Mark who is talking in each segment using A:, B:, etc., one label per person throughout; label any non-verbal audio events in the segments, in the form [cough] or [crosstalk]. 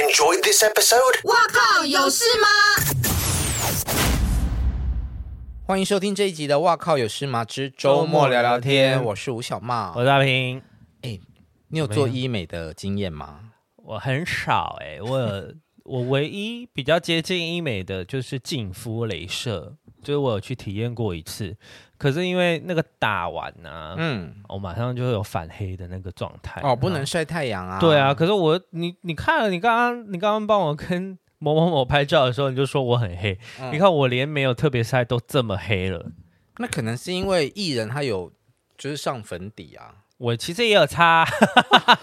A: enjoyed this episode?
B: 哇靠，有事吗？
C: 欢迎收听这一集的《哇靠有事吗》之周末聊聊天，我是吴小茂
D: 我。是大平，
C: 你有做医美的经验吗？
D: 我很少哎、我
C: [laughs]
D: 有我唯一比较接近医美的就是净肤镭射，就是我有去体验过一次，可是因为那个打完啊，
C: 嗯，
D: 我马上就有反黑的那个状态
C: 哦，不。
D: 然
C: 能
D: 后
C: 晒太阳啊。
D: 对啊，，可是我你你看了你刚刚你刚刚帮我跟某某某拍照的时候，你就说我很黑，
C: 嗯
D: 你看我连没有特别晒都这么黑了。
C: 那可能是因为艺人他有就是上粉底啊。 [laughs]
D: 我其实也有擦，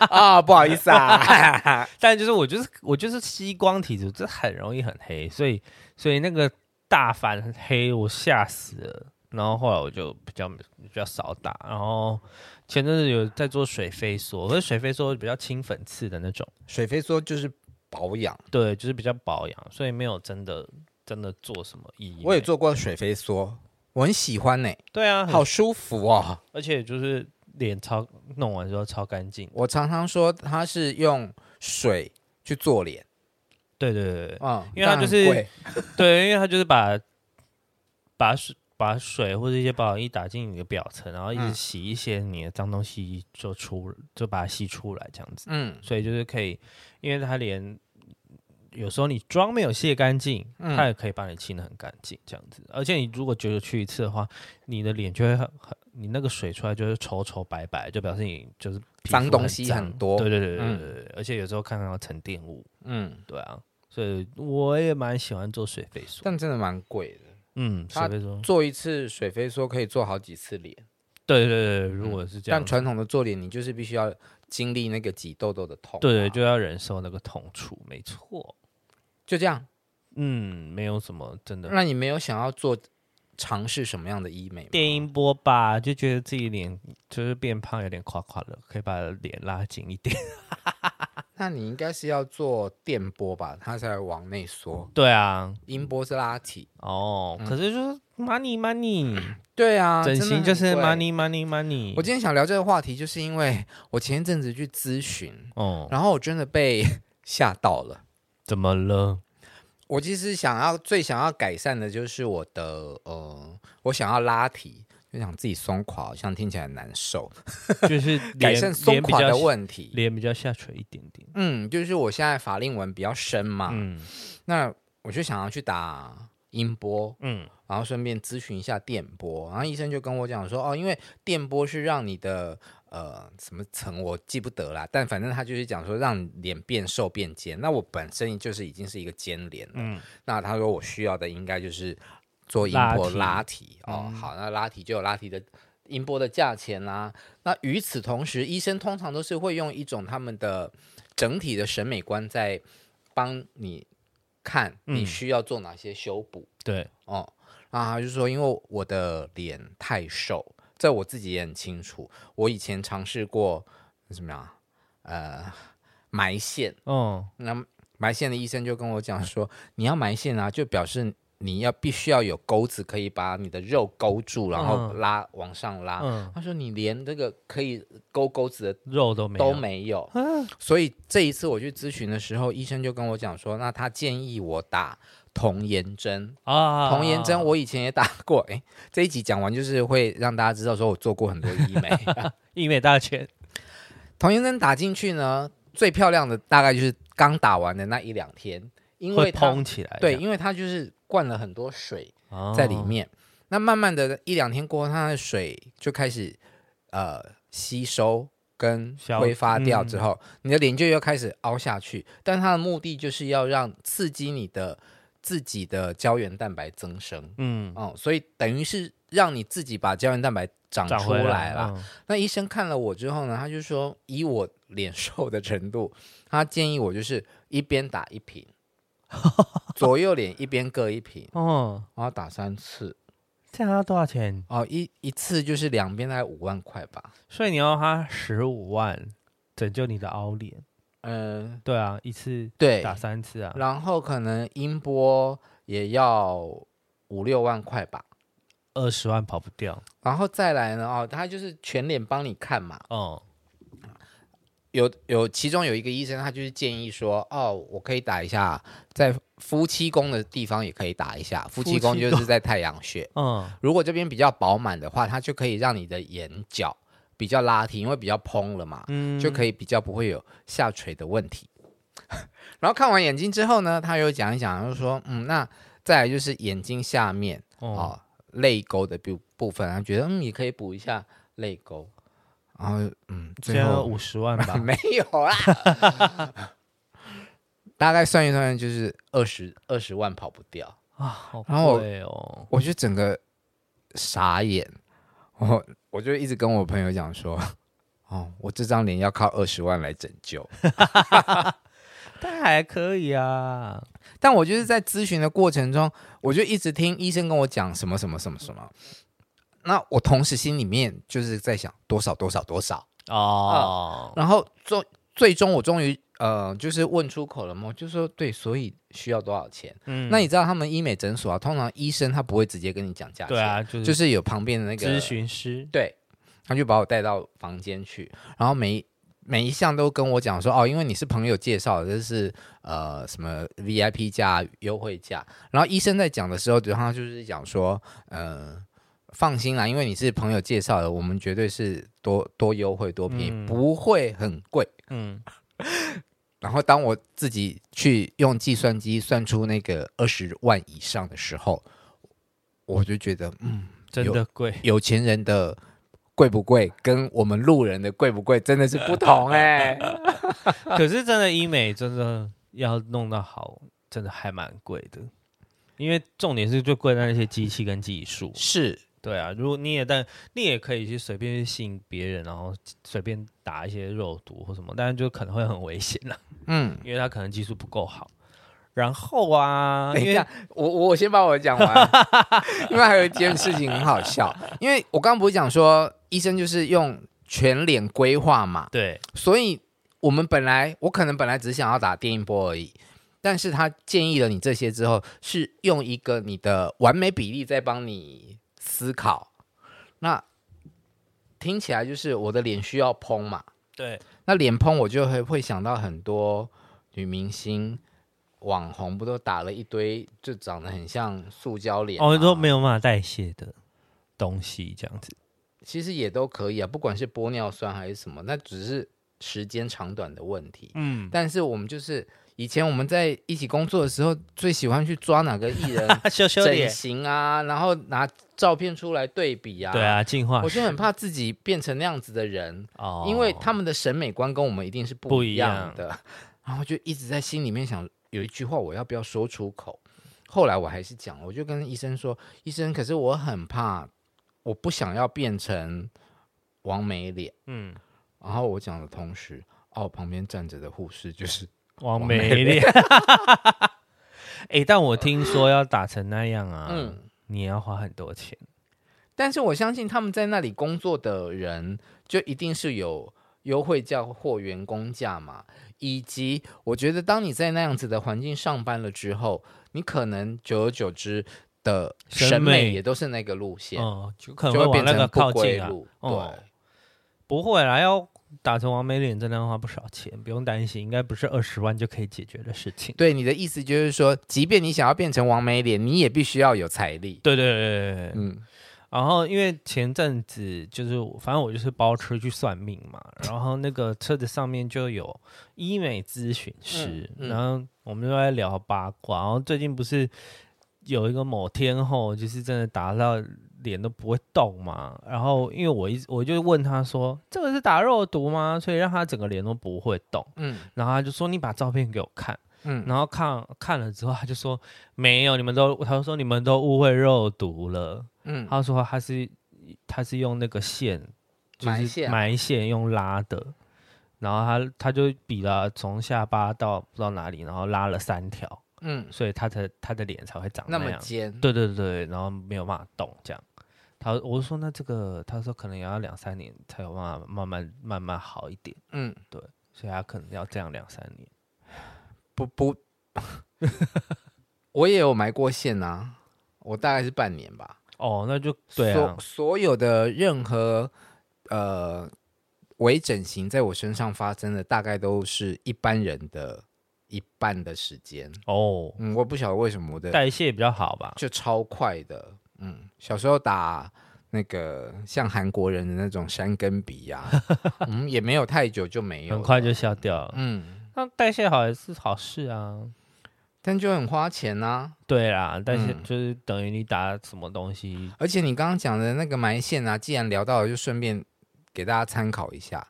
C: 啊、不好意思啊。
D: 但就是我就是我就是吸光体质，这很容易很黑，所以所以那个大反黑我吓死了。然后后来我就比较比较少打，然后前阵子有在做水飞梭，可是水飞梭比较清粉刺的那种，
C: 水飞说就是保养，
D: 对，就是比较保养，所以没有真的真的做什么意义。
C: 我也，做过水飞梭，我很喜欢呢、
D: 对啊，
C: 好
D: 好，
C: 舒服哦。
D: 而且就是脸超弄完之后超干净，
C: 我常常说他是用水去做脸，
D: 对对对对，
C: 嗯，
D: 因为它
C: 但很
D: 就是
C: 贵 [laughs]
D: 对，因为他就是把把水把水或者一些保养液打进你的表层，然后一直
C: 嗯
D: 洗一些你的脏东西就出，就把它吸出来这样子。
C: 嗯
D: 所以就是可以，因为它连有时候你妆没有卸干净，
C: 嗯
D: 它也可以帮你清的很干净这样子。而且你如果久久去一次的话，你的脸就会很很，你那个水出来就是稠稠白白，就表示你就是皮肤
C: 脏东西
D: 脏
C: 很多
D: 对对对对对
C: 嗯
D: 对，对而且有时候看到沉淀物，
C: 嗯，
D: 对啊。所以我也蛮喜欢做水飞梭，
C: 但真的蛮贵的。
D: 嗯，
C: 它
D: 水飞梭，
C: 做一次水飞梭可以做好几次脸，
D: 对对对，如果是这样
C: 但
D: 子，
C: 传统的做脸，你就是必须要经历那个挤痘痘的痛啊、
D: 对对，就要忍受那个痛楚，没错。
C: 就这样。
D: 嗯，没有什么真的
C: 那你没有想要做尝试什么样的医美吗？
D: 电音波吧，就觉得自己脸就是变胖，有点垮垮了，可以把脸拉紧一点。 [laughs]
C: 那你应该是要做电波吧，它才往内缩，
D: 对啊，
C: 音波是拉提。
D: 哦，可是就是 money money，
C: 对啊，
D: 整形就是
C: 真的很贵
D: money money money。
C: 我今天想聊这个话题，就是因为我前一阵子去咨询，
D: 哦，
C: 然后我真的被吓到了。
D: 怎么了？
C: 我其实想要最想要改善的就是我的呃，我想要拉提，就想自己松垮，好像听起来很难受，
D: [laughs] 就是
C: 改
D: 脸
C: 善松垮的，
D: 脸比较
C: 问题。
D: 脸比较下垂一点点。
C: 嗯，就是我现在法令纹比较深嘛，
D: 嗯
C: 那我就想要去打音波，
D: 嗯，
C: 然后顺便咨询一下电波。然后医生就跟我讲说，哦，因为电波是让你的呃什么层我记不得啦，但反正他就是讲说让脸变瘦变尖。那我本身就是已经是一个尖脸了，
D: 嗯
C: 那他说我需要的应该就是做音
D: 拉
C: 波
D: 提
C: 拉提哦。
D: 嗯
C: 好，那拉提就有拉提的。音波的价钱啦、那与此同时，医生通常都是会用一种他们的整体的审美观在帮你看你
D: 嗯
C: 需要做哪些修补。
D: 对，
C: 哦，然后他就说，因为我的脸太瘦，这我自己也很清楚。我以前尝试过什么呀？呃，埋线。
D: 哦，
C: 那埋线的医生就跟我讲说，你要埋线啊，就表示你要必须要有钩子可以把你的肉勾住，然后
D: 嗯
C: 拉、往上拉。
D: 嗯，
C: 他说你连这个可以勾钩子的
D: 肉都没有啊
C: 都没有，所以这一次我去咨询的时候，医生就跟我讲说，那他建议我打童颜针。
D: 啊。
C: 童颜针我以前也打过，哎，这一集讲完就是会让大家知道说我做过很
D: [laughs]
C: 多医美。
D: 医美大全，
C: 童颜针打进去呢，最漂亮的大概就是刚打完的那一两天，因为
D: 会
C: 它
D: 蓬起来这
C: 对，
D: 样，
C: 因为它就是灌了很多水
D: 哦
C: 在里。面，那慢慢的一两天过后，它的水就开始呃吸收。跟
D: 消
C: 挥发掉之
D: 嗯
C: 后，你的脸就又开始凹下去，但它的目的就是要让刺激你的自己的胶原蛋白增生。
D: 嗯，
C: 哦，所以等于是让你自己把胶原蛋白长
D: 长
C: 出
D: 回
C: 来啦。
D: 了。嗯
C: 那医生看了我之后呢，他就说，以我脸瘦的程度，他建议我就是一边打一
D: [laughs]
C: 瓶，左右脸一边各一瓶，
D: 哦，
C: 然后打三次。
D: 这样要多少钱？
C: 哦，一一次就是两边大概五万块吧。
D: 所以你要花十五万拯救你的凹脸。
C: 嗯、
D: 对啊，一次
C: 对。
D: 打三次啊。
C: 然后可能音波也要五六万块吧。
D: 二十万跑不掉。嗯
C: 然后再来呢，哦，他就是全脸帮你看嘛，
D: 哦，
C: 有有，其中有一个医生，他就是建议说，哦，我可以打一下，在夫妻宫的地方也可以打一下，夫妻宫
D: 夫妻
C: 就是在太阳穴。
D: 嗯，
C: 如果这边比较饱满的话，它就可以让你的眼角比较拉提，因为比较嘭了嘛，
D: 嗯
C: 就可以比较不会有下垂的问题。 [laughs] 然后看完眼睛之后呢，他又讲一讲，就说，嗯，那再来就是眼睛下面
D: 哦，
C: 哦泪沟的部部分，他觉得嗯，你可以补一下泪沟。然后嗯，最
D: 现在
C: 后
D: 五十万吧，
C: [laughs] 没有啦， [laughs] 大概算一算就是二十二十万跑不掉。
D: 啊，好
C: 然后
D: 贵哦，
C: 我就整个傻眼，我我就一直跟我朋友讲说，哦，我这张脸要靠二十万来拯救。
D: 但还可以啊，
C: 但我就是在咨询的过程中，我就一直听医生跟我讲什么什么什么什么。那我同时心里面就是在想多少多少多少，
D: 哦，
C: 然后最最终我终于呃就是问出口了嘛，我就说对，所以需要多少钱？
D: 嗯
C: 那你知道他们医美诊所啊，通常医生他不会直接跟你讲价钱，
D: 对啊，就是
C: 就是有旁边的那个
D: 咨询师，
C: 对，他就把我带到房间去，然后每一每一项都跟我讲说，哦，因为你是朋友介绍的，这是呃什么 VIP 价、优惠价。然后医生在讲的时候，然后就是讲说，呃，放心啦，因为你是朋友介绍的，我们绝对是多多优惠、多便宜，
D: 嗯
C: 不会很贵。
D: 嗯，
C: 然后当我自己去用计算机算出那个二十万以上的时候，我就觉得，嗯，
D: 真的贵，
C: 有钱人的贵不贵，跟我们路人的贵不贵真的是不
D: [laughs]
C: 同哎、 [laughs]
D: 可是真的医美真的要弄到好，真的还蛮贵的。因为重点是最贵在那些机器跟技术，
C: 是，
D: 对啊，如果你也但你也可以去随便去吸引别人，然后随便打一些肉毒或什么，但是就可能会很危险啦， [laughs]
C: 嗯，
D: 因为他可能技术不够好。然后啊，
C: 等
D: 因
C: 一
D: 为
C: 下，我我先把我讲完，因为还有一件事情很好笑，因为我刚刚不是讲说医生就是用全脸规划嘛，
D: 对
C: 所以我们本来我可能本来只想要打电音波而已。但是他建议了你这些之后，是用一个你的完美比例在帮你思考。那听起来就是我的脸需要嘭嘛，
D: 对，
C: 那脸喷我就会会想到很多女明星、网红，不都打了一堆就长得很像塑胶脸、啊
D: 哦，都没
C: 有，
D: 有办法代谢的东西这样子。
C: 其实也都可以啊，不管是玻尿酸还是什么，那只是时间长短的问题。
D: 嗯，
C: 但是我们就是以前我们在一起工作的时候，最喜欢去抓哪个艺人
D: [laughs] 修 [laughs] 修
C: 整
D: 脸，
C: 形啊，然后拿照片出来对比啊。
D: 对，啊，进化
C: 我就很怕自己变成那样子的人。
D: 哦，
C: 因为他们的审美观跟我们一定是
D: 不
C: 不
D: 一
C: 一
D: 样
C: 样的。然后就一直在心里面想，有一句话我要不要说出口？后来我还是讲了，我就跟医生说：“医生，可是我很怕，我不想要变成王美脸。
D: 嗯，”
C: 然后我讲的同时，哦，旁边站着的护士就是
D: 王
C: 王
D: 美
C: 美
D: [laughs] 脸。哎、但我听说要打成那样啊，
C: 嗯
D: 你要花很多钱。
C: 但是我相信他们在那里工作的人，就一定是有优惠价或员工价嘛，以及我觉得当你在那样子的环境上班了之后，你可能久而久之的
D: 审
C: 审
D: 美
C: 美也都是那个路线，
D: 嗯，就可能
C: 就
D: 会
C: 会
D: 往
C: 变
D: 那
C: 成
D: 个靠
C: 不归
D: 近啊。
C: 路。
D: 哦不会啦，要打成王美脸真的要花不少钱，不用担心，应该不是二十万就可以解决的事情。
C: 对对，你的意思就是说，即便你想要变成王美脸，你也必须要有财力。
D: 对对对对对。
C: 嗯，
D: 然后因为前阵子就是我，反正我就是包车去算命嘛，然后那个车子上面就有医美咨询师，
C: 嗯嗯
D: 然后我们就在聊八卦，然后最近不是有一个某天后，就是真的打到脸都不会动嘛，然后因为我一我就问他说，这个是打肉毒吗？所以让他整个脸都不会动，
C: 嗯
D: 然后他就说你把照片给我看。
C: 嗯，
D: 然后看看了之后，他就说没有，你们都，他就说你们都误会肉毒了。
C: 嗯
D: 他说他是他是用那个线，就
C: 埋
D: 是
C: 线
D: 埋线用拉的，然后他他就比了从下巴到不知道哪里，然后拉了三条，
C: 嗯，
D: 所以他的他的脸才会长
C: 那么
D: 样。
C: 尖，
D: 对对对，然后没有办法动这样。他我就说那这个，他说可能也要两三年才有办法慢慢慢慢好一点，
C: 嗯，
D: 所以他可能要这样两三年。
C: 不不，我也有埋过线啊，我大概是半年吧。
D: 啊哦，那就对啊
C: 所，所有的任何呃微整形在我身上发生的大概都是一般人的一半的时间。
D: 哦，
C: 嗯，我不晓得为什么我的
D: 代谢比较好吧？
C: 就超快的。嗯，小时候打那个像韩国人的那种山根笔呀、 [laughs] 嗯，也没有太久就没有，
D: 很快就。消掉了。
C: 嗯，
D: 那代谢好也是好事啊。
C: 但就很花钱啊呐、
D: 对啦，但是
C: 嗯
D: 就是等于你打什么东西，
C: 而且你刚刚讲的那个埋线啊，既然聊到了，就顺便给大家参考一下，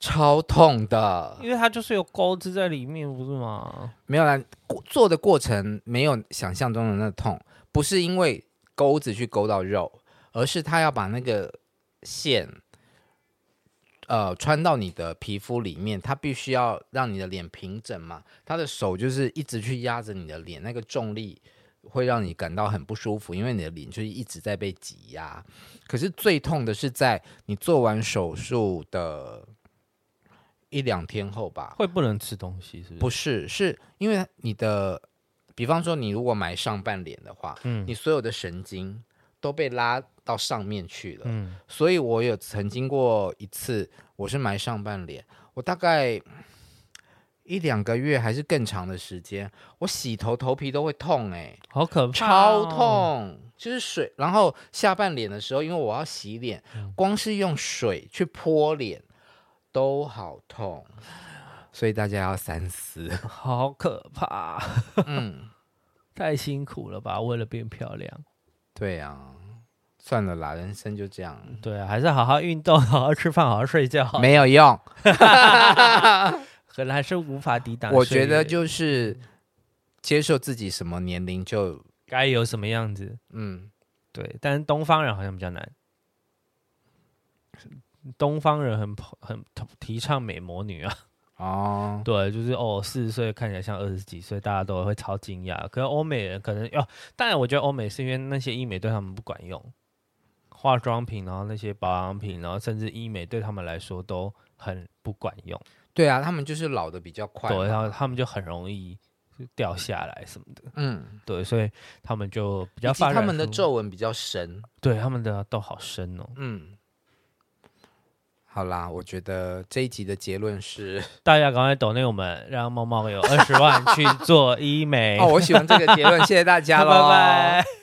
C: 超痛的。
D: 因为它就是有钩子在里面，不是吗？
C: 没有啦，过做的过程没有想象中的那痛，不是因为钩子去勾到肉，而是它要把那个线，呃，穿到你的皮肤里面，它必须要让你的脸平整嘛。它的手就是一直去压着你的脸，那个重力会让你感到很不舒服，因为你的脸就是一直在被挤压。可是最痛的是在你做完手术的一两天后吧，
D: 会不能吃东西，是不
C: 不
D: 是？
C: 是，是因为你的，比方说你如果埋上半脸的话，
D: 嗯
C: 你所有的神经都被拉到上面去了。
D: 嗯，
C: 所以我有曾经过一次，我是埋上半脸，我大概一两个月还是更长的时间，我洗头头皮都会痛哎、
D: 好可怕、哦
C: 超！痛，就是水。然后下半脸的时候，因为我要洗脸，
D: 嗯
C: 光是用水去泼脸都好痛，所以大家要三思。
D: 好可怕，
C: 嗯，
D: 太辛苦了吧？为了变漂亮，
C: [laughs] 对啊，算了啦，人生就这样，
D: 对啊，还是好好运动，好好吃饭，好好睡觉。 [laughs]
C: 没有用。
D: 可能还是无法抵挡岁月。
C: 我觉得就是
D: 嗯
C: 接受自己什么年龄就
D: 该有什么样子，
C: 嗯，
D: 对，但是东方人好像比较难。东方人很很提倡美魔女啊，
C: 哦，
D: 对，就是哦，四十岁看起来像二十几岁，大家都会超惊讶。可是欧美人可能哦，当然我觉得欧美是因为那些医美对他们不管用，化妆品，然后那些保养品，然后甚至医美对他们来说都很不管用，
C: 对啊，他们就是老的比较快
D: 对，然
C: 嘛，
D: 后他们就很容易就掉下来什么的，
C: 嗯，
D: 对，所以他们就比
C: 以
D: 较
C: 及
D: 发
C: 他
D: 展
C: 们的
D: 出
C: 皱纹比较深，
D: 对他们的都好深哦。
C: 嗯。好啦，我觉得这一集的结论是，
D: 大家赶快抖内我们，让猫猫有二十万去做医
C: [laughs]
D: 美。
C: 哦哦，我喜欢这个结论，谢谢大家
D: 哎 [laughs] 拜
C: 喽，
D: 拜。